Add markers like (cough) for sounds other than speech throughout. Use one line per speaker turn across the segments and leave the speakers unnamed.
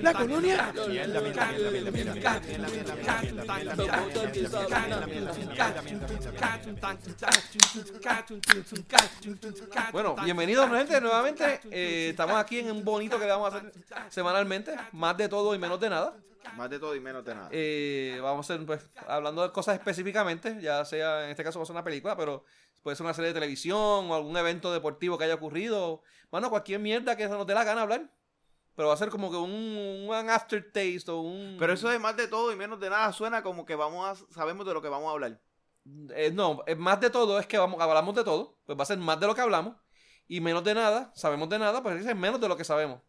La colonia.
Bueno, bienvenidos gente, nuevamente. Eh, estamos aquí en un bonito que vamos a hacer semanalmente. Más de todo y menos de nada.
Más de todo y menos de nada.
Eh, vamos a ser, pues, hablando de cosas específicamente, ya sea, en este caso va a ser una película, pero puede ser una serie de televisión o algún evento deportivo que haya ocurrido. Bueno, cualquier mierda que se nos dé la gana hablar. Pero va a ser como que un, un aftertaste o un...
Pero eso de más de todo y menos de nada suena como que vamos a, sabemos de lo que vamos a hablar.
Eh, no, eh, más de todo es que vamos, hablamos de todo, pues va a ser más de lo que hablamos. Y menos de nada, sabemos de nada, pues es menos de lo que sabemos.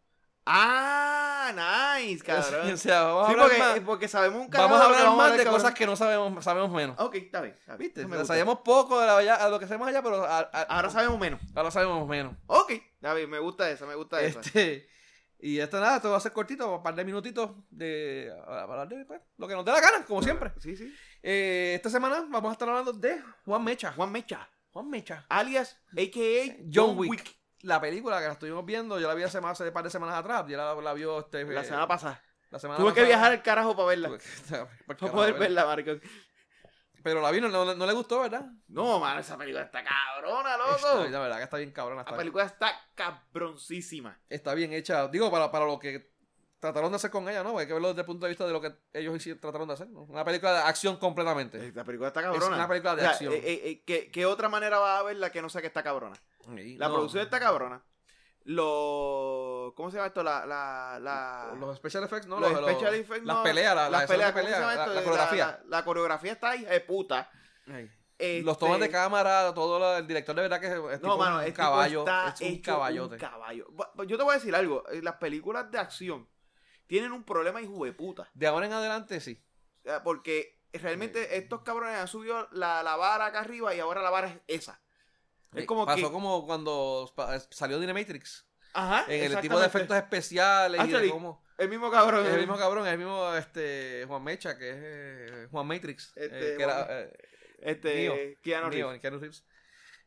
Ah, nice, cabrón.
(laughs) O sea, vamos a
Sí,
hablar
porque,
más-
porque sabemos un carajo
Vamos a
lo que
hablar más de
cabrón.
cosas que no sabemos, sabemos menos.
Ok, está bien. está bien.
¿Viste?
Eso me
O sea,
gusta.
sabíamos poco de la- allá- a lo que sabemos allá, pero a- a-
Ahora sabemos menos.
ahora sabemos menos.
Ok, está bien, me gusta esa, me gusta esa.
Este, y esto nada, esto va a ser cortito, un par de minutitos de para hablar de pues, lo que nos dé la gana, como siempre.
Sí, sí.
Eh, esta semana vamos a estar hablando de Juan Mecha. Juan,
Juan Mecha,
Juan Mecha.
alias a.k.a.
John Wick. La película que la estuvimos viendo, yo la vi hace más hace un par de semanas atrás, ya la, la vio este,
La
eh,
semana pasada.
la semana
Tuve que
pasada.
viajar al carajo para verla.
Tuve que- (laughs) porque no
Para poder
la-
verla, Marco.
Pero la vi, no, no- no le gustó, ¿verdad?
No, mano, esa película está cabrona,
Esta-
loco.
La verdad que está bien cabrona.
La
Está,
película está cabroncísima.
está bien hecha. Digo, para, para lo que trataron de hacer con ella, ¿no? Hay que verlo desde el punto de vista de lo que ellos hicieron- trataron de hacer. ¿no? Una película de acción completamente.
La película está cabrona.
una película de
O sea,
acción.
eh, eh, eh, ¿qué, qué otra manera va a verla que no sea que está cabrona?
Y
La
no,
producción está cabrona. Lo... ¿Cómo se llama esto? La... la, la...
Los special effects, ¿no?
los special effects,
Las
no.
peleas, la,
las
las escenas de
peleas, ¿cómo
pelea,
se llama
la,
esto?
la coreografía.
La, la coreografía está hija de puta.
Ay.
Este,
Los tomas de cámara, todo lo- el director de verdad que es, es tipo
No, mano,
un
este tipo
caballo.
está
es un
hecho
caballote.
un caballo. Bu- Yo te voy a decir algo. eh, Las películas de acción tienen un problema hijo de puta.
de ahora en adelante, sí.
O sea, Porque realmente estos cabrones han subido la, la vara acá arriba y ahora la vara es esa. Es
Sí,
como
Eh, Pasó
que...
como cuando pa- salió Dynamatrix.
Ajá,
En el tipo de
exactamente.
efectos especiales y de
Actually,
cómo.
El mismo cabrón.
Es el mismo cabrón, es el mismo este, Juan Mecha, que es eh, Juan Matrix. eh,
Este,
que era,
Juan-
eh,
Este,
Neo.
Keanu
Neo,
Reeves.
en Keanu Reeves.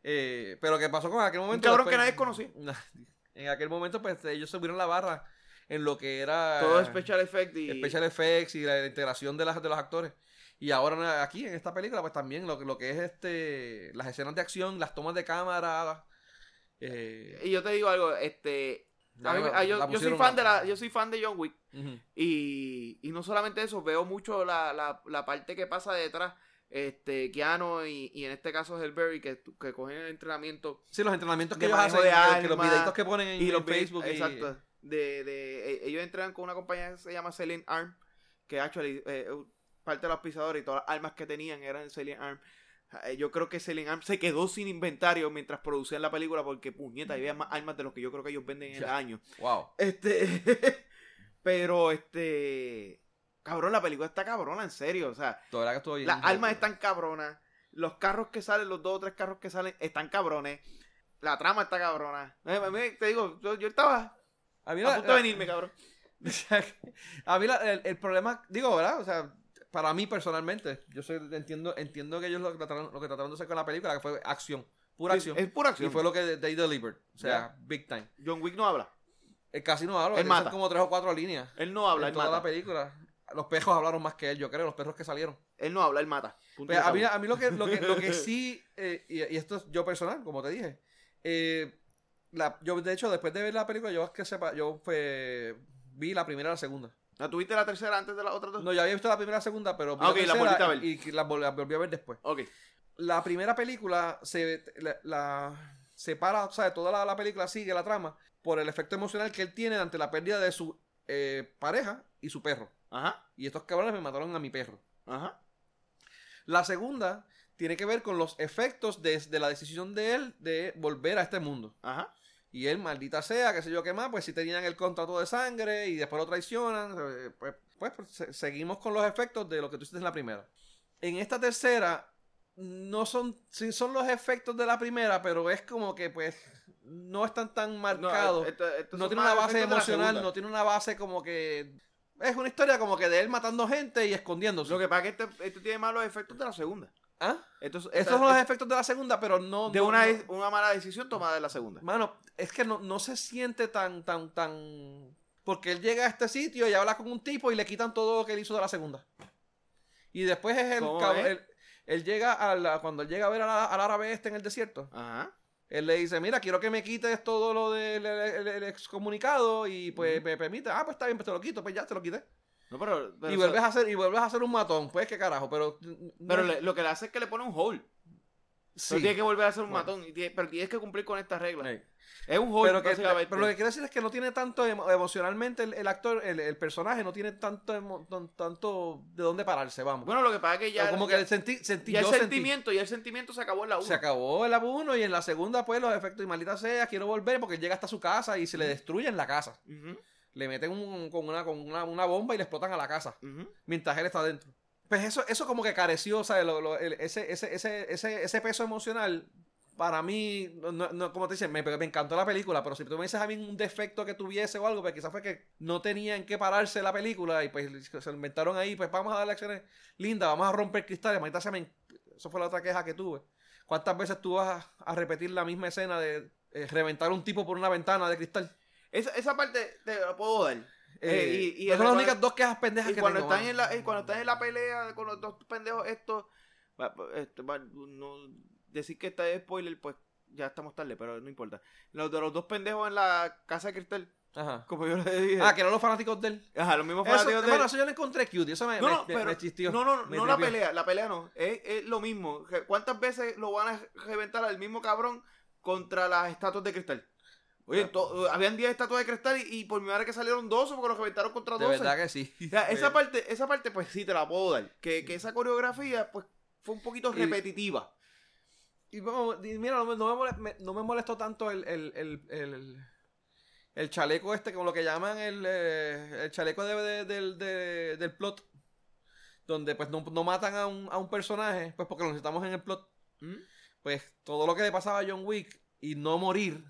Eh, pero que pasó con aquel momento.
cabrón que nadie
después- (laughs)
conocía.
En aquel momento, pues ellos subieron la barra en lo que era.
Todo
eh,
Special Effect y...
special effects y la integración de, las, de los actores. Y ahora aquí en esta película, pues también lo, que- lo que es este las escenas de acción, las tomas de cámara. eh,
Y yo te digo algo, este... a mí-
la-
ah, yo,
la
yo soy
pusieron-
fan de la, yo soy fan de John Wick.
Ujú.
Y, y no solamente eso, veo mucho la, la, la parte que pasa detrás. Este, Keanu y, y en este caso es Berry que, que cogen el entrenamiento
Sí, los entrenamientos que
De
ellos
manejo
hacen,
de
que- que los
armas,
videitos que ponen en,
y
en
los vi-
Facebook. y-
Exacto. De, de, e- ellos entran con una compañía que se llama Selling Arm, que actually eh, parte de los pisadores y todas las armas que tenían eran Selling Arm. Eh, Yo creo que Selling Arm se quedó sin inventario mientras producían la película porque puñeta, había más armas de lo que yo creo que ellos venden en el
Ya.
año.
wow.
Este, (laughs) pero este, cabrón, la película está cabrona, en serio, o sea,
De verdad que estuvo bien.
las armas están cabronas. Los carros que salen, los dos o tres carros que salen, están cabrones. La trama está cabrona. Eh, a mí, te digo, yo, yo estaba
A mí,
a
la-
punto de
(laughs)
venirme, cabrón.
a mí la- el, el problema, digo, ¿verdad? O sea, para mí personalmente, yo soy- entiendo, entiendo que ellos lo, que trataron, lo que trataron de hacer con la película, que fue acción, pura
Es,
acción.
es pura
Y
acción.
fue lo que they delivered. O sea, big time.
John Wick no habla.
El casino habla,
Él
son
mata.
como tres o cuatro líneas.
Él no habla,
en
él
toda la
mata.
película. Los perros hablaron más que él, yo creo, los perros que salieron.
Él no habla, él mata. Punto
Pero
de
a mí,
sabor.
a mí lo, que, lo, que, lo
(laughs)
que sí, eh, y, y esto es yo personal, como te dije, eh, la- yo de hecho después de ver la película, yo es que sepa, yo eh, vi la primera y la segunda.
¿No tuviste la tercera antes de las otras dos?
No, ya había visto la primera y la segunda, pero vi
Ah, ok, la
tercera
volviste a ver.
y, y la, vol- la volví a ver después.
Ok.
La primera película se la, la- separa, o sea, toda la, la película sigue la trama por el efecto emocional que él tiene ante la pérdida de su eh, pareja y su perro.
Ajá.
Y estos cabrones me mataron a mi perro.
Ajá.
La segunda tiene que ver con los efectos de, de la decisión de él de volver a este mundo.
Ajá.
Y él, maldita sea, qué sé yo qué más, pues si tenían el contrato de sangre y después lo traicionan, eh, pues, pues, pues, se- seguimos con los efectos de lo que tú hiciste en la primera. En esta tercera, no son, sí son los efectos de la primera, pero es como que pues no están tan marcados.
esto- esto
No
eh, son
tiene
más
una base
efectos de la
emocional,
segunda.
no tiene una base como que... Es una historia como que de él matando gente y escondiéndose.
Lo que pasa es que este, este tiene malos efectos de la segunda.
¿Ah?
Esto es- esta-
Estos son los
es-
efectos de la segunda, pero no.
de
no- no-
una, de- una mala decisión tomada de la segunda.
Mano, es que no, no se siente tan, tan, tan. Porque él llega a este sitio y habla con un tipo y le quitan todo lo que él hizo de la segunda. Y después es el.
¿Cómo
cab-
es?
él, él llega a la- Cuando él llega a ver a la- al árabe este en el desierto,
Ajá.
él le dice: Mira, quiero que me quites todo lo del el- el- el excomunicado y pues
Ujú.
me permite. Ah, pues está bien, pues te lo quito, pues ya te lo quité.
No, pero, pero,
y,
eso-
vuelves a hacer, y vuelves a hacer un matón, pues qué carajo, pero.
pero le- lo que le hace es que le pone un hold.
Sí.
tiene que volver a hacer un
Bueno.
matón. y tiene- pero tienes que cumplir con estas reglas.
Ey.
Es un hold,
pero, que-
básicamente.
pero lo que quiero decir es que no tiene tanto emo- emocionalmente el, el actor, el, el personaje, no tiene tanto emo- tan- tanto de dónde pararse, vamos.
Bueno, lo que pasa es que ya.
O como que
ya-
el senti- sentí,
ya el
yo sentí-
sentimiento, ya el sentimiento se acabó en la 1.
se acabó el abuno y en la segunda, pues los efectos y maldita sea, quiero volver porque él llega hasta su casa y se le destruyen la casa. Le meten un- con, una, con una, una bomba y le explotan a la casa mientras él está dentro. Pues eso, eso como que careció, ¿sabes? Lo- lo- el- ese, ese, ese, ese, ese peso emocional, para mí, no- no, no, como te dicen, me, me encantó la película, pero si tú me dices a mí un defecto que tuviese o algo, pues quizás fue que no tenían que pararse la película y pues se inventaron ahí, pues vamos a darle acciones lindas, vamos a romper cristales, maldita sea, me en- eso fue la otra queja que tuve. ¿Cuántas veces tú vas a, a repetir la misma escena de eh, reventar un tipo por una ventana de cristal?
Esa, esa parte te la puedo dar. Eh,
Eh,
y- y
esas son las
recuerda-
únicas dos quejas pendejas
Y
que
cuando
tengo,
están,
mano.
en la, eh, cuando están en la pelea con los dos pendejos estos, va- va- este, va- no- decir que está de spoiler, pues ya estamos tarde, pero no importa. Los de los dos pendejos en la casa de cristal,
Ajá.
como yo le dije.
Ah, que eran los fanáticos de él.
Ajá, los mismos
Eso,
fanáticos de-
bueno, eso yo lo encontré cute. Eso me,
No,
me-
no,
me-
pero-
me chistió.
No, no,
me
no la
tripió.
pelea, la pelea no. Es, es lo mismo. Je- ¿Cuántas veces lo van a reventar al mismo cabrón contra las estatuas de cristal? Oye, to- habían 10 estatuas de cristal y, y por mi madre que salieron 12 porque los reventaron contra
De
12.
verdad que sí. Eh,
O sea, esa parte, esa parte, pues sí te la puedo dar. Que, que esa coreografía, pues, fue un poquito
Y-
repetitiva.
Y vamos, y mira, no, me- no me mole- me- no me molestó tanto el, el, el, el, el chaleco este, como lo que llaman el, eh, el chaleco de, de- del- de- del plot. Donde pues no, no matan a un, a un personaje, pues porque lo necesitamos en el plot. Pues todo lo que le pasaba a John Wick y no morir,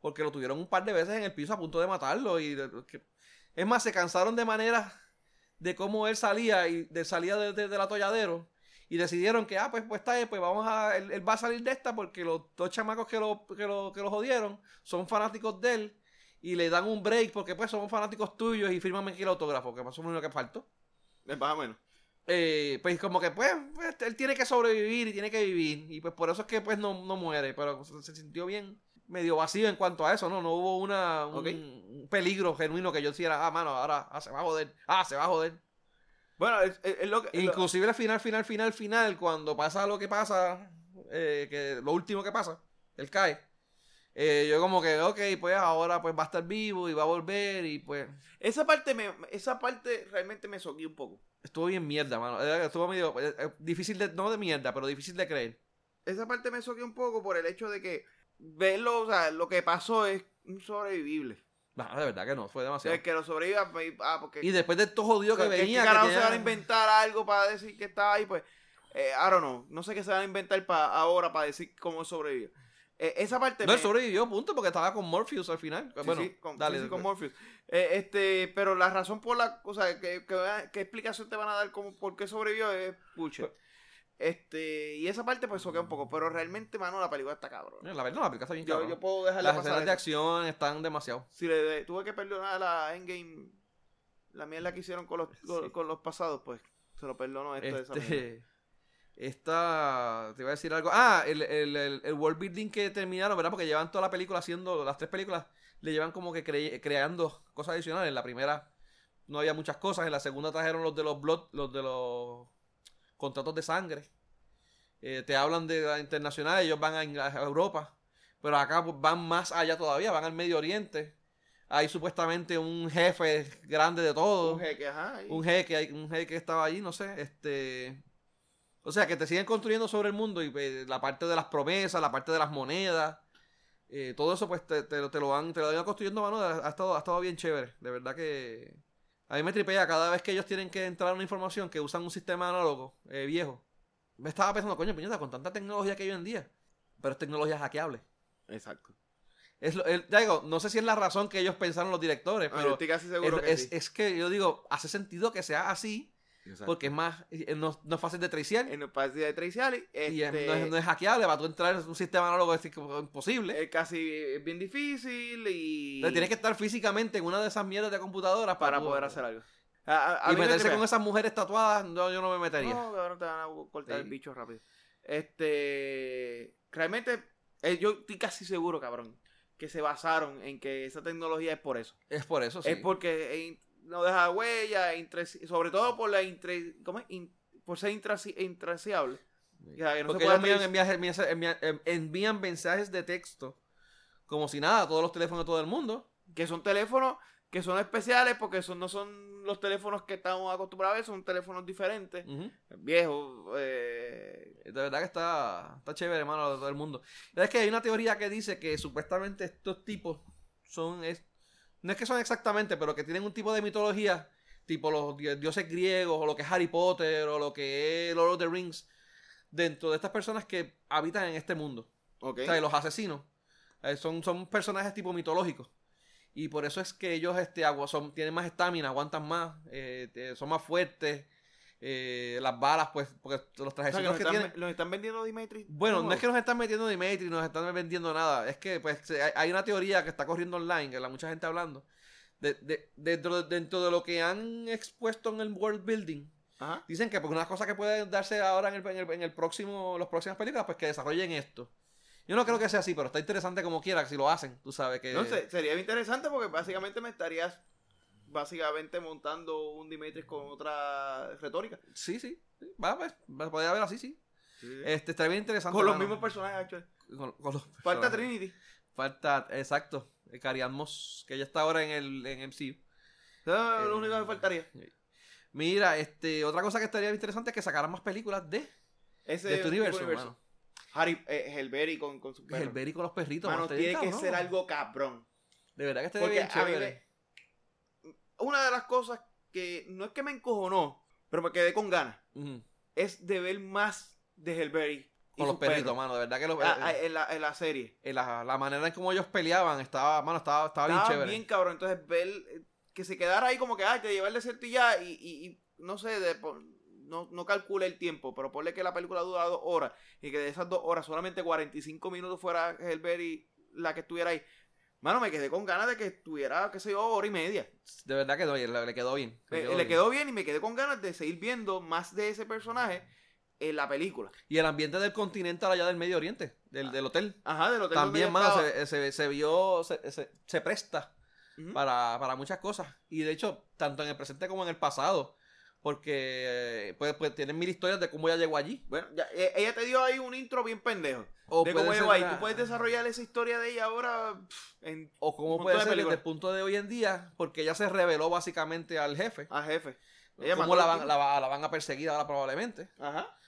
porque lo tuvieron un par de veces en el piso a punto de matarlo. y de- que- Es más, se cansaron de maneras de cómo él salía y de salía de, de- del atolladero. Y decidieron que, ah, pues, pues está bien, pues vamos a. Él, él va a salir de esta porque los dos chamacos que lo, que lo, que lo jodieron son fanáticos de él y le dan un break porque, pues, somos fanáticos tuyos y fírmame aquí el autógrafo, que más o menos lo que faltó.
Eh, Más o menos.
Eh, pues, como que, pues, pues, él tiene que sobrevivir y tiene que vivir. Y, pues, por eso es que, pues, no, no muere. Pero se, se sintió bien medio vacío en cuanto a eso, ¿no? No hubo una, un,
Ok.
un peligro genuino que yo hiciera, ah, mano, ahora ah, se va a joder, ah, se va a joder.
Bueno, es, es- es lo que. lo-
Inclusive al final, final, final, final, cuando pasa lo que pasa, eh, que lo último que pasa, él cae. Eh, yo como que, ok, pues ahora pues va a estar vivo y va a volver y pues
esa parte me, esa parte realmente me soqué un poco.
estuvo bien mierda, mano. De verdad que Estuvo medio eh, eh, difícil de, no de mierda, pero difícil de creer.
Esa parte me soqué un poco por el hecho de que verlo, o sea, lo que pasó es sobrevivible.
No, de verdad que no, fue
O sea,
demasiado.
el que lo sobreviva, pues, ah, porque.
y después de estos jodidos que,
que- que
venía, que
carajo se
tenía-
van a inventar algo para decir que está ahí, pues. Eh, I don't know. No sé qué se van a inventar para ahora para decir cómo sobrevivió. Eh, esa parte
No,
me-
él sobrevivió, punto, porque estaba con Morpheus al final.
Sí,
bueno,
sí, con,
dale.
sí, sí, con Morpheus. Eh, este, pero la razón por la, o sea, que, que- qué explicación te van a dar como por qué sobrevivió es bullshit.
Pues,
Este, y esa parte pues soquea un poco, pero realmente, mano, la película está cabrón.
Mira, la verdad, la película está bien
Yo,
cabrón.
yo puedo dejarle
Las
pasar
escenas de
eso.
acción están demasiado.
Si le de- tuve que perdonar a la Endgame, la mierda que hicieron con los, con,
Sí.
con los pasados, pues se lo perdono esto de esa
(laughs)
manera.
Este, esta, te iba a decir algo. Ah, el, el, el, el world building que terminaron, ¿verdad? Porque llevan toda la película haciendo, las tres películas, le llevan como que cre- creando cosas adicionales. En la primera no había muchas cosas, en la segunda trajeron los de los blood, los de los contratos de sangre. Eh, te hablan de la internacional, ellos van a, Ingl- a Europa, pero acá pues, van más allá todavía, van al Medio Oriente. Hay supuestamente un jefe grande de todo
Un jeque, ajá. y-
un jeque, hay- un jeque que estaba allí, no sé, este... O sea, que te siguen construyendo sobre el mundo y eh, la parte de las promesas, la parte de las monedas, eh, todo eso pues te, te lo- te lo van, te lo van construyendo, mano, ha ha estado, ha estado bien chévere, de verdad que... A mí me tripea cada vez que ellos tienen que entrar a una información que usan un sistema análogo, eh, viejo. Me estaba pensando, coño, piñata, con tanta tecnología que hay hoy en día, pero es tecnología hackeable.
Exacto.
Es lo- el- ya digo, no sé si es la razón que ellos pensaron los directores,
Ah,
pero
yo estoy casi seguro
es,
que
es-
sí.
es que yo digo, hace sentido que sea así,
Exacto.
Porque es más, eh, no, no es fácil de traiciar.
en el pase de Tracy Alley,
Y es-
este,
no, es, no es hackeable. Para tú entrar en un sistema análogo es como imposible.
es casi es bien difícil y
Entonces, tienes que estar físicamente en una de esas mierdas de computadoras para,
para
tú-
poder hacer algo. A- a- a
Y
mí me
meterse
tripea.
con esas mujeres tatuadas, no, yo no me metería.
No, cabrón, te van a cortar
Sí.
el bicho rápido. Este. Realmente, eh, yo estoy casi seguro, cabrón, que se basaron en que esa tecnología es por eso.
Es por eso, sí.
Es porque eh, in- no deja huella, e intres- sobre todo por la intre- ¿cómo es? In- por ser intrasi- intraciable.
Sí.
Ya, que no se
Porque
puede
ellos envían,
pedir-
envían- envían- envían- em- envían mensajes de texto como si nada a todos los teléfonos de todo el mundo.
Que son teléfonos que son especiales porque son, no son los teléfonos que estamos acostumbrados a ver, son teléfonos diferentes,
Ujú.
viejos. eh,
De verdad que está, está chévere, hermano, de todo el mundo. La verdad Es que hay una teoría que dice que supuestamente estos tipos son. es- no es que son exactamente, pero que tienen un tipo de mitología, tipo los di- dioses griegos, o lo que es Harry Potter, o lo que es Lord of the Rings, dentro de estas personas que habitan en este mundo.
ok.
O sea, los asesinos. eh, son, son personajes tipo mitológicos. Y por eso es que ellos este, agua- son, tienen más estamina, aguantan más, eh, te- son más fuertes. eh, las balas, pues, porque los
O sea, que
trajecitos
nos,
que
están,
tienen.
nos están vendiendo Dimitri.
Bueno,
crudo.
no es que nos están metiendo Dimitri, nos están vendiendo nada. Es que pues se- hay- hay una teoría que está corriendo online, que la mucha gente hablando. De, de- dentro, dentro de lo que han expuesto en el world building,
Ajá.
dicen que pues, una cosa que puede darse ahora en, el, en, el, en el próximo, las próximas películas, pues que desarrollen esto. Yo no creo que sea así, pero está interesante como quiera, que si lo hacen, tú sabes que...
No sé, sería interesante porque básicamente me estarías básicamente montando un Dimitris con otra retórica.
Sí, sí, sí, va, pues, va- podría haber así, sí. Este, estaría bien interesante.
Eh, Con los
mano.
mismos personajes, actual.
Con- con los
Falta
personajes.
Trinity.
Falta, exacto, Cari Moss, que ya está ahora en el en MCU.
Eso es
Eh,
lo único que me faltaría.
Mira, este, otra cosa que estaría interesante es que sacaran más películas de,
Ese
de este
tipo de
universo,
universo.
mano.
Harry, eh, Helberry con, con su perro.
Helberi con los perritos,
Mano,
mano, estaría
tiene
bien
que
cabrón.
ser algo cabrón.
De verdad que estaría
Porque
bien
a mí
chévere.
me- Una de las cosas que no es que me encojonó, pero me quedé con ganas,
Ujú.
es de ver más de Helberry. y
Con los
su
perritos,
perro.
mano, de verdad que los,
Ah, ah,
eh,
en, la, en la serie.
eh, la, la manera en cómo ellos peleaban estaba, mano, estaba, estaba bien
Estaba
chévere.
bien cabrón. Entonces, ver eh, que se quedara ahí como que, ah, te llevé al desierto y ya, y, y- y no sé, de po- no, no calcule el tiempo, pero ponle que la película dura dos horas y que de esas dos horas solamente 45 minutos fuera Herbert y la que estuviera ahí. Mano, me quedé con ganas de que estuviera, qué sé yo, hora y media.
De verdad que no, le, le quedó bien.
Eh, Le,
bien.
quedó bien y me quedé con ganas de seguir viendo más de ese personaje en la película.
Y el ambiente del continental allá del Medio Oriente,
Ah.
del, del hotel.
Ajá, de lo
También, mano, se, eh, se, se vio, se, se- se presta para, para muchas cosas. Y de hecho, tanto en el presente como en el pasado. Porque eh, pues, pues tienen mil historias de cómo ella llegó allí.
Bueno, ya, eh, ella te dio ahí un intro bien pendejo.
O
de
puede
cómo
ser
llegó ahí.
una-
Tú puedes desarrollar esa historia de ella ahora pff, en,
O cómo
un
puede
montón de
ser desde
películas.
el punto de hoy en día, porque ella se reveló básicamente al jefe.
a jefe. Ah, Ella mató
cómo la
al
van,
tipo.
la, va- la van a perseguir ahora probablemente.
Ajá.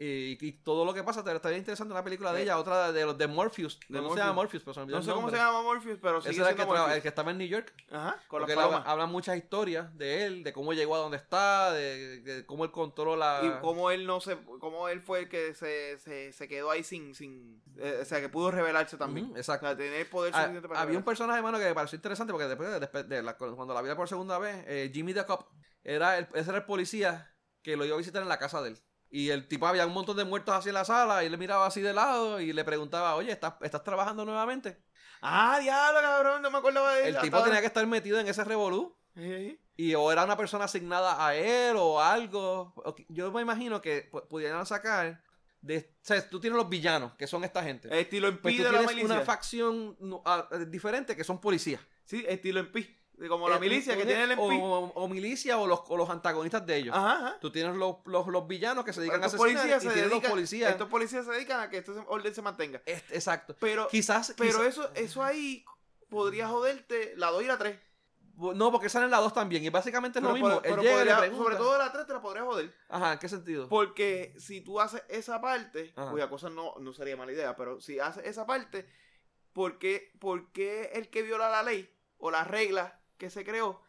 Y, y todo lo que pasa, te- estaría interesante una película de
Eh.
ella, otra de los de Morpheus.
De
no se llama Morpheus,
Morpheus.
pero se me olvidó
No
el
sé cómo se
nombre.
llama Morpheus, pero sí.
Ese era el que, traba- el que estaba en New York.
Ajá, con las
porque él habla,
palomas.
habla muchas historias de él, de cómo llegó a donde está, de, de cómo él controla.
Y cómo él no se, cómo él fue el que se, se, se quedó ahí sin, sin, eh, o sea que pudo revelarse también.
Ujú, exacto.
O sea, tener poder
Ah,
suficiente para
había un
revelarse.
personaje, hermano, que me pareció interesante porque después de, después de la- cuando la vi por segunda vez, eh, Jimmy the Cop, era el, ese era el policía que lo iba a visitar en la casa de él. Y el tipo había un montón de muertos así en la sala y él le miraba así de lado y le preguntaba, oye, ¿estás, estás trabajando nuevamente?
Ah, diablo, cabrón, no me acordaba de él.
El tipo tenía que estar metido en ese revolú.
que.
Y o era una persona asignada a él o algo. O que- Yo me imagino que pu- pudieran sacar... De, o sea, tú tienes los villanos, que son esta gente.
Estilo en
Pues
pi
tú
de Eh, la
tienes una
milicia.
facción no, ah, eh, diferente que son policías.
Sí, estilo en pi. Como la
Eh,
milicia que
o-
tiene el en pi.
o, o milicia o los, o los antagonistas de ellos.
Ajá, ajá.
Tú tienes los, los, los villanos que se dedican a
Estos
asesinar y
policías se
tienes los
dedican-
policías.
Estos policías se dedican a que este orden se mantenga.
Este, exacto.
Pero,
Quizás,
pero
quizás-
eso, eso ahí podría joderte la 2 y la 3.
no, porque salen la dos también y básicamente es Este lo
Pero
mismo.
pod- pero
Él llega y le
podría-
pregunta.
sobre todo la 3 te la podría joder.
Ajá, ¿en qué sentido?
Porque si tú haces esa parte,
Ajá.
cuya cosa no, no sería mala idea, pero si haces esa parte, ¿por qué, por qué el que viola la ley o las reglas que se creó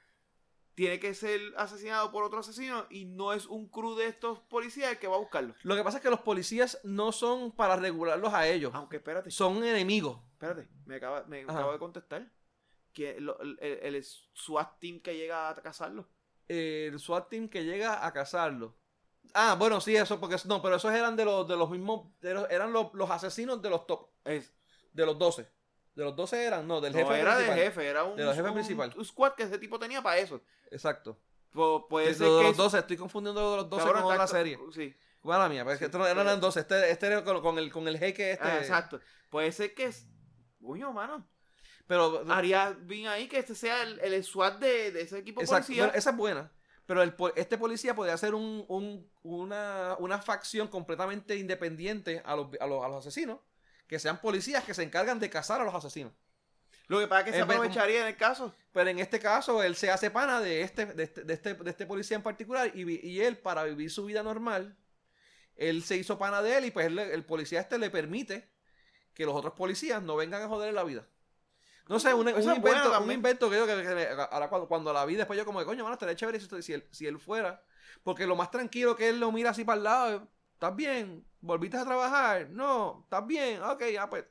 tiene que ser asesinado por otro asesino y no es un crew de estos policías el que va a buscarlo?
Lo que pasa es que los policías no son para regularlos a ellos.
Aunque espérate,
Son enemigos.
espérate, me, acaba, me
Ajá.
acabo de contestar que lo- el, el- el SWAT team que llega a cazarlo.
eh, el SWAT team que llega a cazarlo. Ah, bueno, sí, eso, porque no, pero esos eran de los, de los mismos, de los- eran los, los asesinos de los top,
Es-
de los 12. De los 12 eran, no, del
no,
jefe
era del
principal.
jefe, era un,
De los jefes
un-
principal.
un squad que ese tipo tenía para eso.
Exacto.
Po- puede
Sí,
ser
lo de
que
los 12, estoy confundiendo lo de los 12
cabrón,
con otra
exacto,
serie.
sí.
Mala mía, pero es
Sí,
que esto no eran
pero-
12, este, este era con, con el, con el jeque este.
Ah, exacto. Puede ser que es. Coño, mano.
Pero
Haría bien ahí que este sea el, el SWAT de, de ese equipo
Exacto.
policía.
Bueno, esa es buena. Pero el, po- este policía podría ser un, un- una, una facción completamente independiente a los, a, los, a los asesinos. Que sean policías que se encargan de cazar a los asesinos.
Lo que pasa es que se
en vez-
aprovecharía en el caso.
Pero en este caso, él se hace pana de este, de este, de este, de este policía en particular. Y, vi- y él, para vivir su vida normal, él se hizo pana de él. Y pues él le- el policía este le permite que los otros policías no vengan a joderle la vida. No sé, un,
Eso
un
es bueno
invento, un
también.
invento que yo que, que me- ahora cuando, cuando la vi después yo como que coño, mano, estaría chévere si, esto- si él, si él fuera. Porque lo más tranquilo que él lo mira así para el lado, ¿estás bien? ¿Volviste a trabajar? No, ¿estás bien? Ok, ya pues,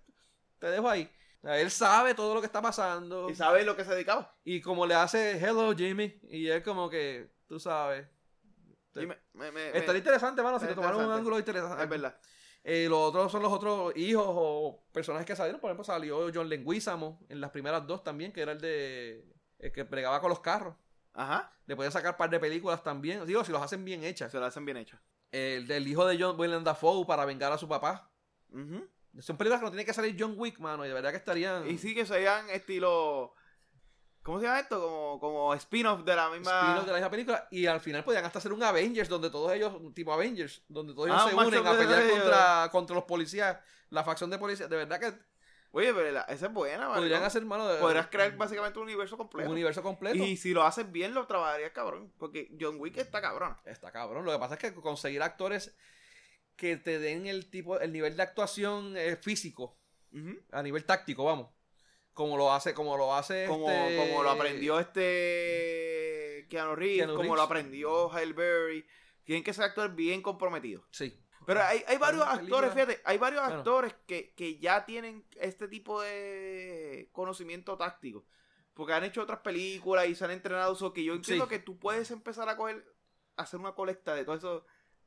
te dejo ahí. O sea, Él sabe todo lo que está pasando.
Y sabe lo que se dedicaba.
Y como le hace hello Jimmy, y es como que, tú sabes. Sí.
Y me- me- me- me-
Estaría interesante, mano, si te
está
tomaron un
Eh, interesante.
ángulo interesante.
Es verdad.
Eh, los otros son los otros hijos o personajes que salieron. Por ejemplo, salió John Lenguizamo en las primeras dos también, que era el de. el que pregaba con los carros.
Ajá.
Le podían sacar par de películas también. Digo, si los hacen bien hechas.
Se lo hacen bien hecho.
El del hijo de John William Dafoe para vengar a su papá.
Ujú.
Son películas que no tiene que salir John Wick, mano. Y de verdad que estarían.
Y sí que serían estilo. ¿Cómo se llama esto? Como, como spin-off de la misma.
spin-off de la misma película y al final podían hasta hacer un Avengers donde todos ellos, un tipo Avengers, donde todos ellos
Ah,
se
un
unen a
macho-
pelear
eh,
contra, contra los policías, la facción de policías. De verdad que
Oye, pero la- esa es buena, ¿vale?
podrían hacer mano de
Podrías crear
un,
básicamente un universo completo.
universo completo.
Y si lo haces bien, lo trabajarías cabrón. Porque John Wick está cabrón.
Está cabrón. Lo que pasa es que conseguir actores que te den el tipo, el nivel de actuación eh, físico,
Ujú.
a nivel táctico, vamos. Como lo hace, como lo hace
como,
este-
como lo aprendió este Keanu Reeves,
Keanu
como
Reeves.
lo aprendió Halle Berry. Tienen que ser actores bien comprometidos.
Sí.
Pero hay, hay varios
Hay
actores,
películas-
fíjate, hay varios
Claro.
actores que, que ya tienen este tipo de conocimiento táctico. Porque han hecho otras películas y se han entrenado. So que yo entiendo
Sí.
que tú puedes empezar a coger, hacer una colecta de todos esos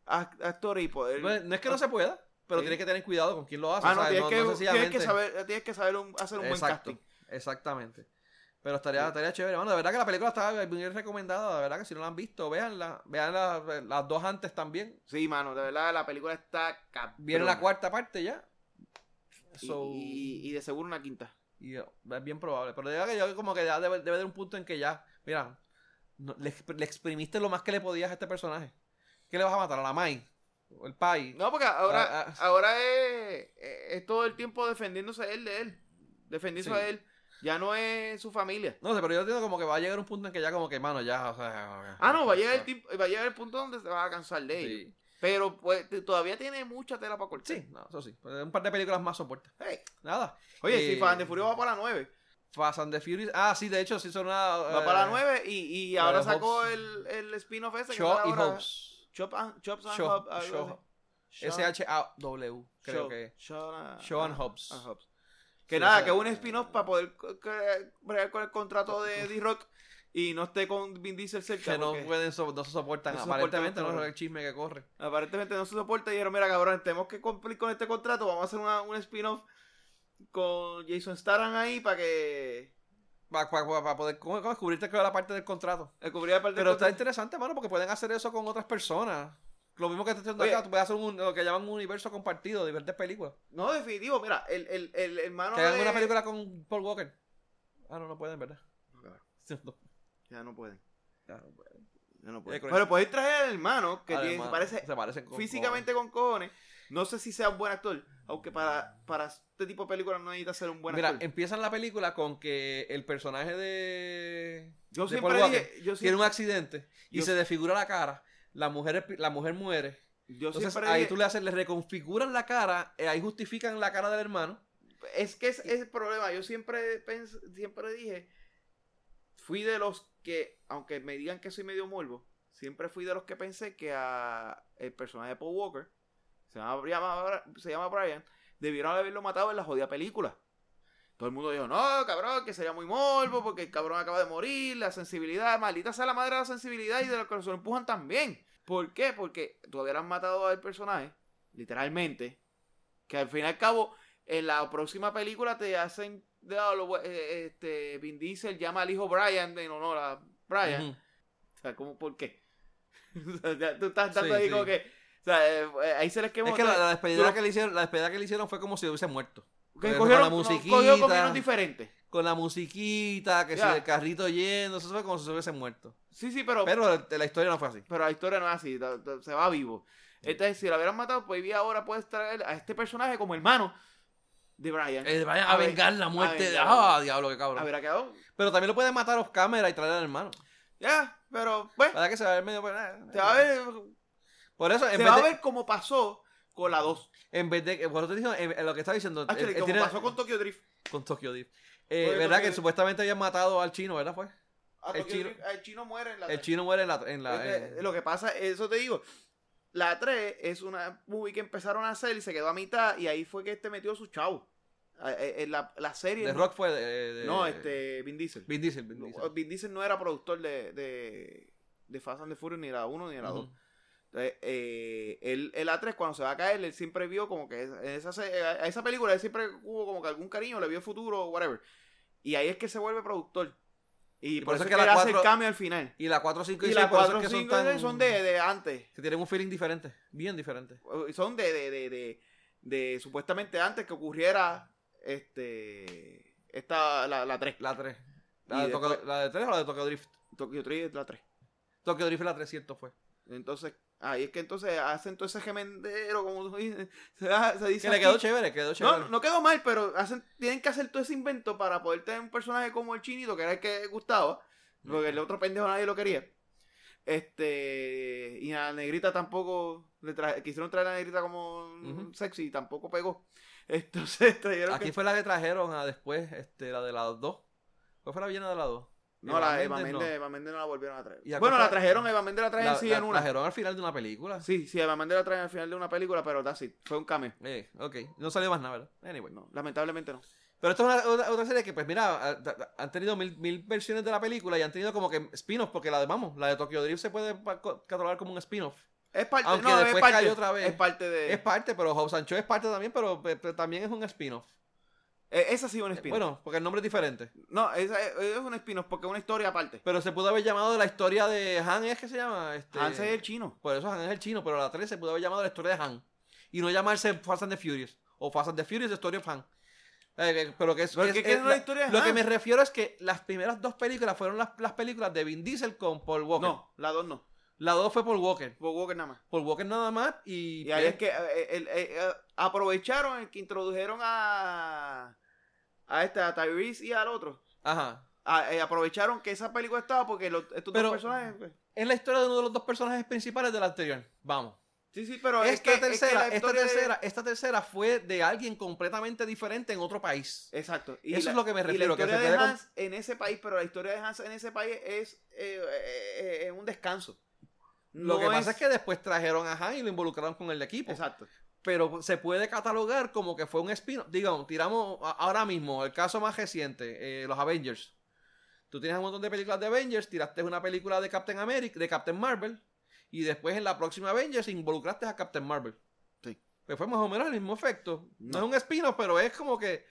ac- actores y poder.
Bueno, no es que no se pueda, pero
Sí.
tienes que tener cuidado con quién lo hace.
ah, no,
¿sabes?
tienes, que, tienes que
sencillamente-
saber, tienes que saber un- hacer
Exacto,
un buen casting.
Exactamente. Pero estaría,
Sí.
estaría chévere. Bueno, de verdad que la película está bien recomendada. De verdad que si no la han visto, véanla. Vean las dos antes también.
Sí, mano, de verdad la película está cabrón.
Viene la cuarta parte ya.
Y-
So,
y, y de seguro una quinta.
y, eh, es bien probable. Pero de verdad que yo como que ya debe, debe de un punto en que ya, mira, no- le, exp- le exprimiste lo más que le podías a este personaje. ¿Qué le vas a matar? ¿A la Mai? ¿O el Pai?
No, porque ahora,
Ah, ah.
ahora es, es todo el tiempo defendiéndose él de él. Defendiéndose
Sí.
a él. Ya no es su familia.
No sé, pero yo entiendo como que va a llegar un punto en que ya como que, mano, ya, o sea...
Ah, no, va a llegar el, tiempo- va a llegar el punto donde se va a cansar de ellos.
pues, Sí,
Pero pues, t- todavía tiene mucha tela para cortar.
sí no, eso sí. Pues, Un par de películas más soporta.
Hey.
Nada.
Oye,
Eh,
si Fan de Furio va para la 9.
Fast and the Furious. Ah, sí, de hecho, sí son una.
Va
eh,
para la 9 y, y
la
ahora
de
sacó
Hobbs.
el, el spin-off ese. que
Shaw
sale
y
ahora.
Hobbs.
Chop and- Chops and
Shaw-
Hobbs, algo
Shaw-
así. Shaw-
S-H-A-W, creo
Shaw-
que. es.
Shaw and-
Shaw and Hobbs.
and Hobbs. Que
Sí,
nada,
esa-
que un spin-off para poder co- cre- bregar con el contrato de D-Rock y no esté con Vin Diesel cerca.
Que no
porque
pueden, so- no se soportan.
No se soportan
Aparentemente,
hasta
no es
ahora.
el chisme que corre.
Aparentemente no se soporta y dijeron, mira cabrón, tenemos que cumplir con este contrato, vamos a hacer una- un spin-off con Jason Statham ahí para que
Para poder ¿cómo- cómo descubrirte que era la parte del contrato.
eh, cubrir la parte
Pero
del
está
contrato.
interesante, mano, porque pueden hacer eso con otras personas. Lo mismo que te estoy diciendo
Oye.
acá, tú puedes hacer un- lo que llaman un universo compartido, diversas películas.
No, definitivo, mira, el, el, el hermano
que hagan
de-
una película con Paul Walker. Ah, no, no pueden, ¿verdad? (laughs) No,
Ya no pueden.
ya no pueden.
Ya no pueden.
con-
Pero podéis traer al hermano que
Al
tiene-
hermano,
parece
se parecen con-
físicamente con cojones. No sé si sea un buen actor, aunque para, para este tipo de películas no necesita ser un buen
Mira,
actor.
empiezan la película con que el personaje de.
Yo
de
siempre
Paul Walker
dije,
tiene
yo
un
siempre,
accidente y
Yo-
se desfigura la cara. La mujer, la mujer muere.
yo
Entonces
siempre
ahí
dije-
tú le haces, le reconfiguran la cara, eh, ahí justifican la cara del hermano.
es que es, es el problema. Yo siempre pens- siempre dije, fui de los que, aunque me digan que soy medio morbo, siempre fui de los que pensé que a el personaje de Paul Walker, se llama, Bri- llama- se llama Brian, debieron haberlo matado en la jodida película. Todo el mundo dijo, no, cabrón, que sería muy morbo porque el cabrón acaba de morir, la sensibilidad, maldita sea la madre de la sensibilidad y de los que lo empujan también. ¿Por qué? Porque tú hubieras matado al personaje, literalmente, que al fin y al cabo, en la próxima película te hacen, diablo, eh, este, Vin Diesel llama al hijo Brian en honor a Brian.
Ujú.
O sea, ¿cómo, ¿por qué? (laughs) O sea, ya tú estás dando
Sí,
ahí
sí.
como que, o sea, eh, eh, ahí se les quemó.
Es que la, la despedida
Pero-
que le hicieron, la despedida que le hicieron fue como si hubiese muerto.
que
con
cogieron,
la
no,
musiquita.
cogieron caminos diferentes.
Con la musiquita, que
Ya.
si el carrito yendo, eso fue como si se hubiese muerto.
Sí, sí, pero, pero,
Pero la- la historia no fue así.
la historia no es así, ta- ta- se va vivo. Entonces, si lo hubieran matado, pues y ahora puedes traer a este personaje como hermano de Brian.
Eh, vayan
A
a
ver,
vengar la muerte de.
vengar.
¡Ah, diablo, qué cabrón!
Habrá quedado.
Pero también lo pueden matar off camera y traer al hermano.
Ya, pero, pues,
Para que se va a ver medio. pues, eh,
se va a ver,
Por eso, en
se
vez,
va a
de,
ver como pasó con la 2.
en vez de. Por eso te digo, en- en lo que estaba diciendo. él-
Actually,
él
Ah, como
tiene-
pasó con Tokyo Drift.
con Tokyo Drift. Eh, ¿Verdad?
Porque Tokyo
Que
Drift-
supuestamente habían matado al chino, ¿verdad? Fue?
A
El
Ah, Tokyo
chino-
Drift, el chino muere en la
El
tres.
chino muere en la. eh. En la
Es que
en-
Lo que pasa, eso te digo. La 3 es una movie que empezaron a hacer y se quedó a mitad. Y ahí fue que este metió su chavo. A- eh, eh, La, la serie.
de
no-
Rock fue. De, de-
no, este, Vin Diesel.
Eh, Vin Diesel. Vin Diesel.
Vin Diesel no era productor de, de, de Fast and the Furious ni la 1 ni la 2.
Ujú.
Entonces, eh, él, el A3 cuando se va a caer, él siempre vio como que en esa, se- eh, a esa película él siempre hubo como que algún cariño, le vio futuro, whatever. Y ahí es que se vuelve productor. Y, por, eso es que,
la
él hace el
cuatro-
cambio al final.
Y la 4, 5 y,
Y
6.
las
por eso
4
es que son
5
tan-
son de, de antes.
Que tienen un feeling diferente. Bien diferente.
Son de, de, de, de, de supuestamente antes que ocurriera este esta la, la 3.
La 3.
Y
La, de
después-
Tokyo- la de 3 o la de Tokyo Drift.
Tokyo 3 es la 3.
Tokyo Drift la 3, cierto fue.
Entonces, ahí es que entonces hacen todo ese gemendero, como tú dices. (laughs) Se, da- se dice
Que le
aquí.
quedó chévere, quedó chévere.
No, no quedó mal, pero hacen, tienen que hacer todo ese invento para poder tener un personaje como el chinito, que era el que gustaba, porque el otro pendejo nadie lo quería. Este, y a la negrita tampoco, le tra- quisieron traer a la negrita como
Ujú.
sexy y tampoco pegó. (laughs) Entonces trajeron
Aquí
que-
fue la que trajeron a después, este, la de las 2. ¿Cuál fue la villana de las 2?
No, la Eva
Mendes,
Méndez,
no.
Eva Méndez no la volvieron a traer.
¿Y a
Bueno,
cuál
la
fue?
trajeron, Eva Méndez la trajeron
La-
sí
la
en una.
trajeron al final de una película.
Sí, sí, Eva Méndez la trajeron al final de una película, pero that's it, fue un cameo.
Eh, ok, no salió más nada, ¿verdad? Anyway.
pues, No, lamentablemente no.
Pero esto es una, otra, otra serie que, pues mira, ha- ha- han tenido mil, mil versiones de la película y han tenido como que spin-offs, porque la de, vamos, la de Tokyo Drift se puede pa- co- catalogar como un spin-off.
Es parte,
Aunque
no, es
después
parte,
cayó otra vez.
es parte de...
Es parte, pero Hobbs and Shaw es parte también, pero, pe- pe- también es un spin-off.
eh, esa sí es un
Eh,
spin-off.
Bueno, porque el nombre es diferente.
No, esa es, es un spin-off porque es una historia aparte.
Pero se pudo haber llamado la historia de Han, ¿es que se llama? Este,
Hansa es el chino.
Por eso Han es el chino, pero la 3 se pudo haber llamado la historia de Han. Y no llamarse Fast and the Furious. O Fast and the Furious, The Story of Han. Eh, que- pero que es,
Pero
que
¿qué
es-
quiere
es
la historia de
Lo
Han?
que me refiero es que las primeras dos películas fueron las, las películas de Vin Diesel con Paul Walker.
No, la dos no.
La 2 fue Paul Walker.
Paul Walker nada más.
Paul Walker nada más y...
Y ahí es que eh, el- eh, eh, aprovecharon el que introdujeron a a esta a Tyrese y al otro.
Ajá.
A- eh, aprovecharon que esa película estaba porque los- estos
Pero-
dos personajes. pues,
Es la historia de uno de los dos personajes principales de la anterior. Vamos.
sí, sí, pero es
esta
que- es que
tercera,
la
esta
historia de-
tercera, esta tercera fue de alguien completamente diferente en otro país.
Exacto.
Eso es lo que me
y la
refiero, que
historia
se
de
puede
Hans en ese país, pero la historia de Hans en ese país es eh, eh, eh, un descanso.
Lo
No
que pasa es que después trajeron a Han y lo involucraron con el equipo.
Exacto.
pero se puede catalogar como que fue un spin-off. Digamos, tiramos a- ahora mismo el caso más reciente, eh, los Avengers. Tú tienes un montón de películas de Avengers, tiraste una película de Captain America, de Captain Marvel, y después en la próxima Avengers involucraste a Captain Marvel.
Sí.
Pues fue más o menos el mismo efecto. No, es
No. Pues
un spin-off, pero es como que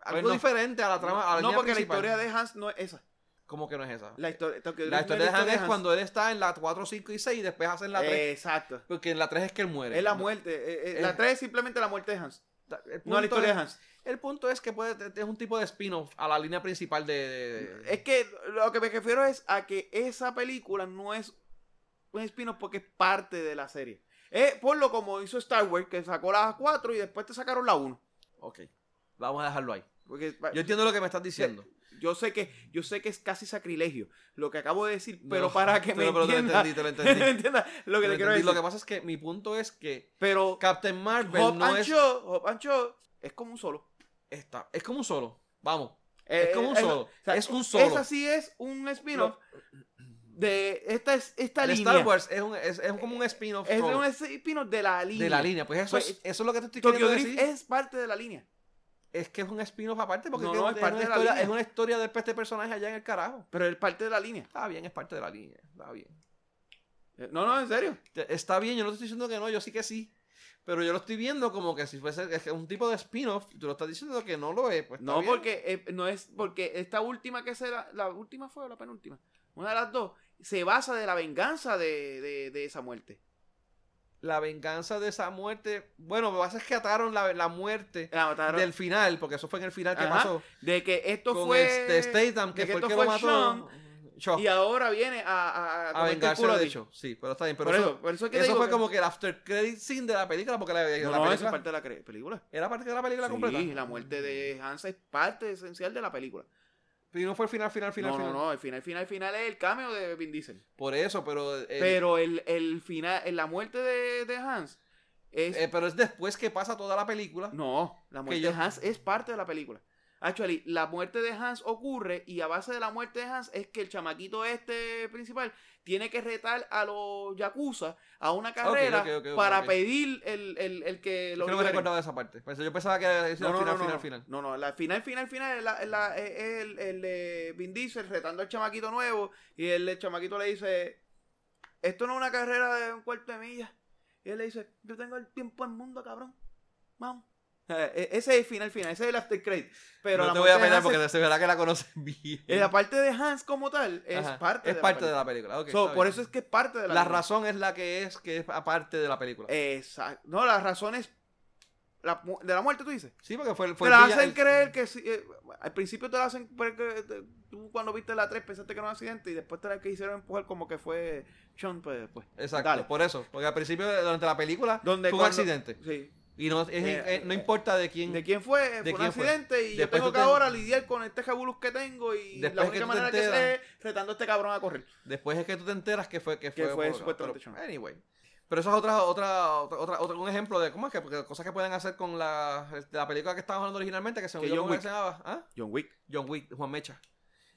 algo
no.
diferente a la trama. a la
no,
línea
porque
principal.
la historia de Hans no es esa.
¿Cómo que no es esa? La,
La historia, Tokyo Drift no
historia de Han es
Hans.
cuando él está en la 4, 5 y 6 y después hacen la 3.
Eh, Exacto.
porque en la 3 es que él muere.
Es la
No-
muerte. eh, eh,
Eh.
la 3 es simplemente la muerte de Hans.
el
No la
punto
historia
es-
de Hans.
El punto es que puede es un tipo de spin-off a la línea principal de. de- de-
Es que lo que me refiero es a que esa película no es un spin-off porque es parte de la serie. Es por lo como hizo Star Wars, que sacó las 4 y después te sacaron la 1.
Ok. Vamos a dejarlo ahí.
Porque
Yo entiendo lo que me estás diciendo.
yo sé que yo sé que es casi sacrilegio lo que acabo de decir, pero
No,
para que me
pero- pero te lo
entienda,
entendí, te lo
(laughs)
entendí.
entienda lo que
Lo
te quiero
entendí.
decir.
Lo que pasa es que mi punto es que
Pero
Captain Marvel
Hop
no
and
es.
Shaw- Hop and Shaw es como un solo.
Está, es como un solo. Vamos.
Eh,
es como un
eh,
solo.
o sea,
es un solo.
Esa sí es un spin-off de esta, es- esta
De
línea. Eh,
Star Wars es, un- es- es como un spin-off
Es de
solo
un spin-off de la línea.
de la línea. Pues eso,
Pues,
es, eso es lo que te estoy
Tokyo
queriendo
Drift
decir.
es parte de la línea.
Es que es un spin-off aparte porque
No,
es, que
no,
es
es parte
una
de la
historia,
línea.
es una historia de este personaje allá en el carajo.
Pero es parte de la línea.
Está bien, es parte de la línea. Está bien.
Eh, No, no, en serio.
Te- Está bien, yo no te estoy diciendo que no, yo sí que sí. Pero yo lo estoy viendo como que si fuese es que un tipo de spin-off. Tú lo estás diciendo que no lo es. Pues está
No,
bien.
porque eh, no es porque esta última que será la última fue o la penúltima, una de las dos se basa de la venganza de, de- de esa muerte.
La venganza de esa muerte. Bueno, lo que pasa es que ataron la, la muerte
La mataron-
del final, porque eso fue en el final que
Ajá,
pasó.
de que esto
con
fue
este Statham, que
de que
fue el
esto
que
fue
lo mató. Shaw.
y ahora viene a a, a
a
comerte el
vengarse
culo a
de
ti.
hecho. Sí, pero está bien. Pero
por
eso,
eso, por eso es que te
eso
digo
fue
que-
como que el after credit scene de la película, porque la, la
no, no,
película
eso es parte de la cre- película.
era parte de la película
Sí,
completa.
la muerte de Hansa es parte esencial de la película.
Y no fue el final, final, final,
no,
final.
no, no, el final, final, final es el cameo de Vin Diesel.
Por eso, pero. el-
Pero el, el final, la muerte de, de Hans es
eh, pero es después que pasa toda la película.
No, la muerte
yo-
de Hans es parte de la película. Actually, la muerte de Hans ocurre y a base de la muerte de Hans es que el chamaquito este principal tiene que retar a los Yakuza a una carrera
ok, ok, ok,
para
ok.
pedir el, el- el que
Yo
lo
creo que
liberen.
recordaba esa parte. Pues yo pensaba que era el
No, no,
final,
no, no,
final,
no.
final.
No, no, la final, final, final es, la- es la- es- es el, el de Vin Diesel retando al chamaquito nuevo y el, el chamaquito le dice, esto no es una carrera de un cuarto de milla. Y él le dice, yo tengo el tiempo del mundo, cabrón. Vamos. Eh, e- Ese es el final, final, ese es el after credit. Pero
no
la
te voy a
muerte de
pelear
Hans
porque
es-
se verá que la conoces (laughs) bien.
eh, la parte de Hans como tal es
Ajá.
parte,
es
de,
parte
la
de la película. ok,
película. So,
está
por
bien.
eso es que es parte de la
la
película. Eh,
razón es la que es, que es aparte de la película.
Exacto. No, la razón es la mu- de la muerte, tú dices.
sí, porque fue, el- fue
Te la
villa-
hacen creer que sí, eh, al principio te la hacen creer que eh, te- tú cuando viste la 3 pensaste que era un accidente y después te la que hicieron empujar como que fue Sean pues después.
Exacto,
Dale.
por eso. Porque al principio, durante la película,
Donde
fue un
cuando-
accidente.
Sí.
Y no, es-
Eh,
eh, no
eh,
importa de quién.
¿De quién fue? fue un
quién fue?
accidente y yo
Después
tengo
tú
que
te-
ahora lidiar con este jabulus que tengo y
Después
la
que tú
única
te
manera que sé
enteras-
es retando a este cabrón a correr.
Después es que tú te enteras que fue que fue,
Que fue
por-
supuestamente
pero-
Sean.
Anyway. Pero eso es otra, otra, otra, otra- otro- un ejemplo de cómo es que porque cosas que pueden hacer con la, este, la película que estábamos hablando originalmente, que se me
Que
olvidó
John
cómo
Wick.
se llamaba. ¿Ah?
John Wick.
John Wick, Juan Mecha.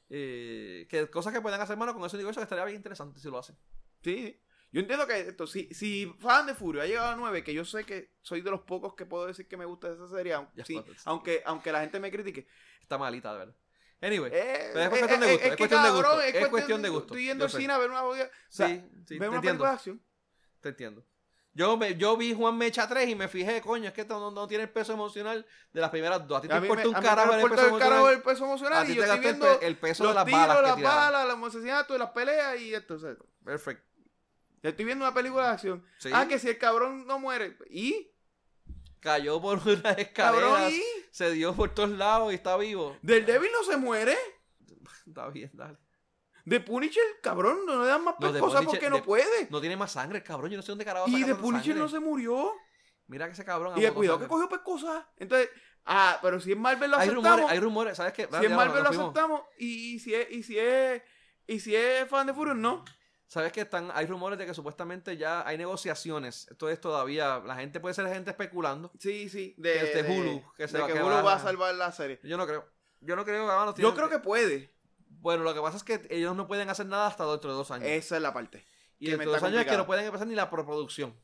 Eh, que cosas que pueden hacer, mano, con ese universo que estaría bien interesante si lo hacen.
Sí. Yo entiendo que esto, si, si Fan de Furio ha llegado a 9, que yo sé que soy de los pocos que puedo decir que me gusta esa serie, aun-
Ya,
sí,
pues, sí.
aunque, aunque la gente me critique.
Está malita, de verdad. Anyway,
Eh,
Pero es
eh,
cuestión de
eh,
gusto,
eh,
es
que
cuestión de gusto,
cabrón,
es cuestión de gusto,
Estoy yendo
yo
al
sé.
cine a ver una jodida- o
sí,
sea,
sí, te
ver una
entiendo.
película de acción.
Te entiendo. Yo, me, yo vi Juan Mecha 3 y me fijé, coño, es que esto no, no tiene el peso emocional de las primeras dos. A ti te
A mí me-
importa un
a mí me
carajo el
importa
peso
el carajo
emocional.
el peso emocional
A
y
ti
yo
Ah, te
estoy
gastó el,
viendo
pe- el peso de
los
las
tiros,
balas que
las
tiraron.
balas, los asesinatos, las peleas y esto. o sea,
Perfecto.
yo estoy viendo una película de acción.
Sí.
Ah, que si el cabrón no muere. ¿Y?
Cayó por unas
Cabrón,
escaleras,
¿y?
se dio por todos lados y está vivo.
Del débil no se muere.
Está bien, dale.
De Punisher, cabrón, no le dan más
No, de
cosas
Punisher-
porque
de-
no puede.
No tiene más sangre, el cabrón. Yo no sé dónde carajo
Y
saca
de
tanta
Punisher no
sangre.
se murió.
Mira que ese cabrón.
Y de
agotó
cuidado que
sangre.
cogió pescosas. Entonces, ah, pero si es Marvel lo
Hay rumores,
aceptamos.
hay rumores, ¿sabes qué?
Si
Dale,
es
ya,
Marvel lo
nos fuimos.
aceptamos y, y si es y si es y si es fan de Furious no.
¿Sabes que están, hay rumores de que supuestamente ya hay negociaciones? Esto es todavía, la gente puede ser gente especulando.
Sí, sí, de,
Que este
de-
Hulu, que se
de
va-
que
que
Hulu
va-
va a salvar la serie.
Yo no creo. Yo no creo que van a
Yo creo que puede.
Bueno, lo que pasa es que ellos no pueden hacer nada hasta dentro de dos años.
Esa es la parte.
y
Eh, que me
dentro de dos
está
años es que
complicado.
no pueden empezar ni la preproducción.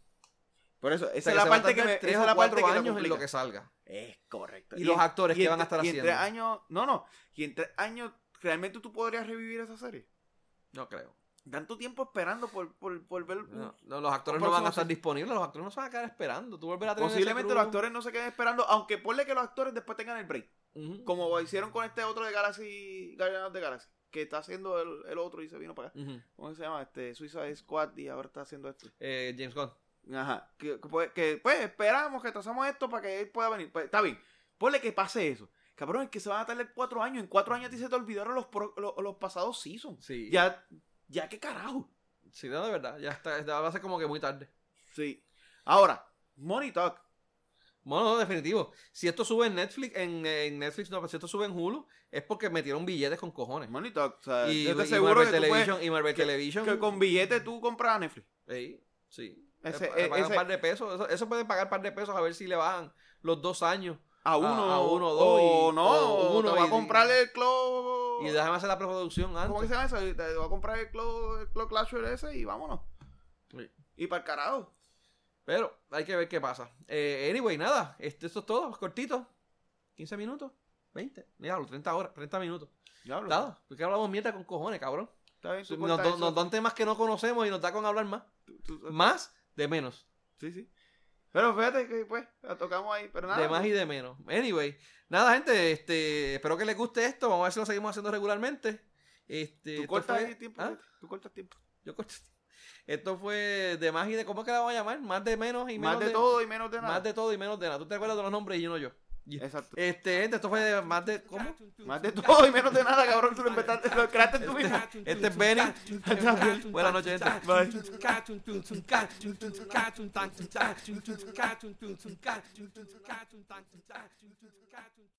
Por eso, esa
O sea,
es
que
la
se va a
parte que
tardar
me
tres
esa
o
es la parte
cuatro
que me
años en lo
complica.
que salga.
Es correcto.
Y los
en-
actores
y
que
en-
van a estar
y en tres
haciendo.
años, no, no, y en tres años realmente tú podrías revivir esa serie.
No creo.
Tanto tiempo esperando por, por, por ver un-
No, no, los actores no
Por
van a
favor,
estar
sí.
disponibles, los actores no se van a quedar esperando. Tú volverás a tener ese
Posiblemente los
crew.
actores no se queden esperando, aunque ponle que los actores después tengan el break.
Ujú.
Como hicieron con este otro de Galaxy, Guardianes de Galaxy, que está haciendo el, el otro y se vino para acá.
Ujú.
¿Cómo se llama? Este, Suicide Squad y ahora está haciendo esto.
Eh, James Gunn.
Ajá. Que, que pues, que, pues, esperamos que trazamos esto para que él pueda venir. Pues, está bien. Ponle que pase eso. Cabrón, es que se van a tardar cuatro años. En cuatro años a ti se te olvidaron los, pro- lo- los, pasados seasons.
Sí.
Ya, ya qué carajo.
Sí, no, de verdad. Ya está. ya Va a ser como que muy tarde.
Sí. Ahora, Money Talk.
Bueno, no, definitivo. Si esto sube en Netflix, en, en Netflix, no, pero si esto sube en Hulu, es porque metieron billetes con cojones.
Pues, Money Talk. O sea,
y,
yo te
y
aseguro
Marvel
que, tú puedes-
Television, y Marvel
que-
Television.
que con billete tú compras a Netflix.
Ey, sí.
Ese-
Eh, pa-
eh,
pagan
ese-
un par de pesos. Eso, eso pueden pagar un par de pesos a ver si le bajan los dos años.
A uno,
a uno, dos
o
y-
no,
o uno
te va
y-
a comprar el club.
Y déjame hacer la preproducción
¿Cómo que
antes.
se llama eso? Te te va a comprar el club, el club Clasher ese y vámonos.
Sí.
Y para el carajo.
Pero hay que ver qué pasa. Eh, anyway, nada. Este, esto es todo. Cortito. ¿15 minutos? ¿20? Míralo, 30 horas, 30 minutos.
Diablo.
Claro, porque hablamos mierda con cojones, cabrón.
Está bien, tú
Nos,
corta
nos-
eso.
nos dan temas que no conocemos y nos da con hablar más.
Tú- tú-
Más de menos.
Sí, sí. Pero fíjate que pues la tocamos ahí, pero nada.
De más y de menos. Anyway, nada, gente, este, espero que les guste esto. Vamos a ver si lo seguimos haciendo regularmente. Este,
Tú
esto
cortas
fue-
ahí tiempo.
¿Ah?
Tú cortas tiempo.
Yo corto. Esto fue de más y de. ¿Cómo es que la vamos a llamar? Más de menos y menos.
Más de todo y menos de nada.
Más de todo y menos de nada. Tú te acuerdas de los nombres y yo no yo.
Exacto.
Este, gente, esto fue de más de. ¿Cómo?
Más de todo y menos de nada, cabrón. Tú lo inventaste, lo creaste tú mismo.
Este es Benny. Buenas noches, gente. Bye.
gente. Bye.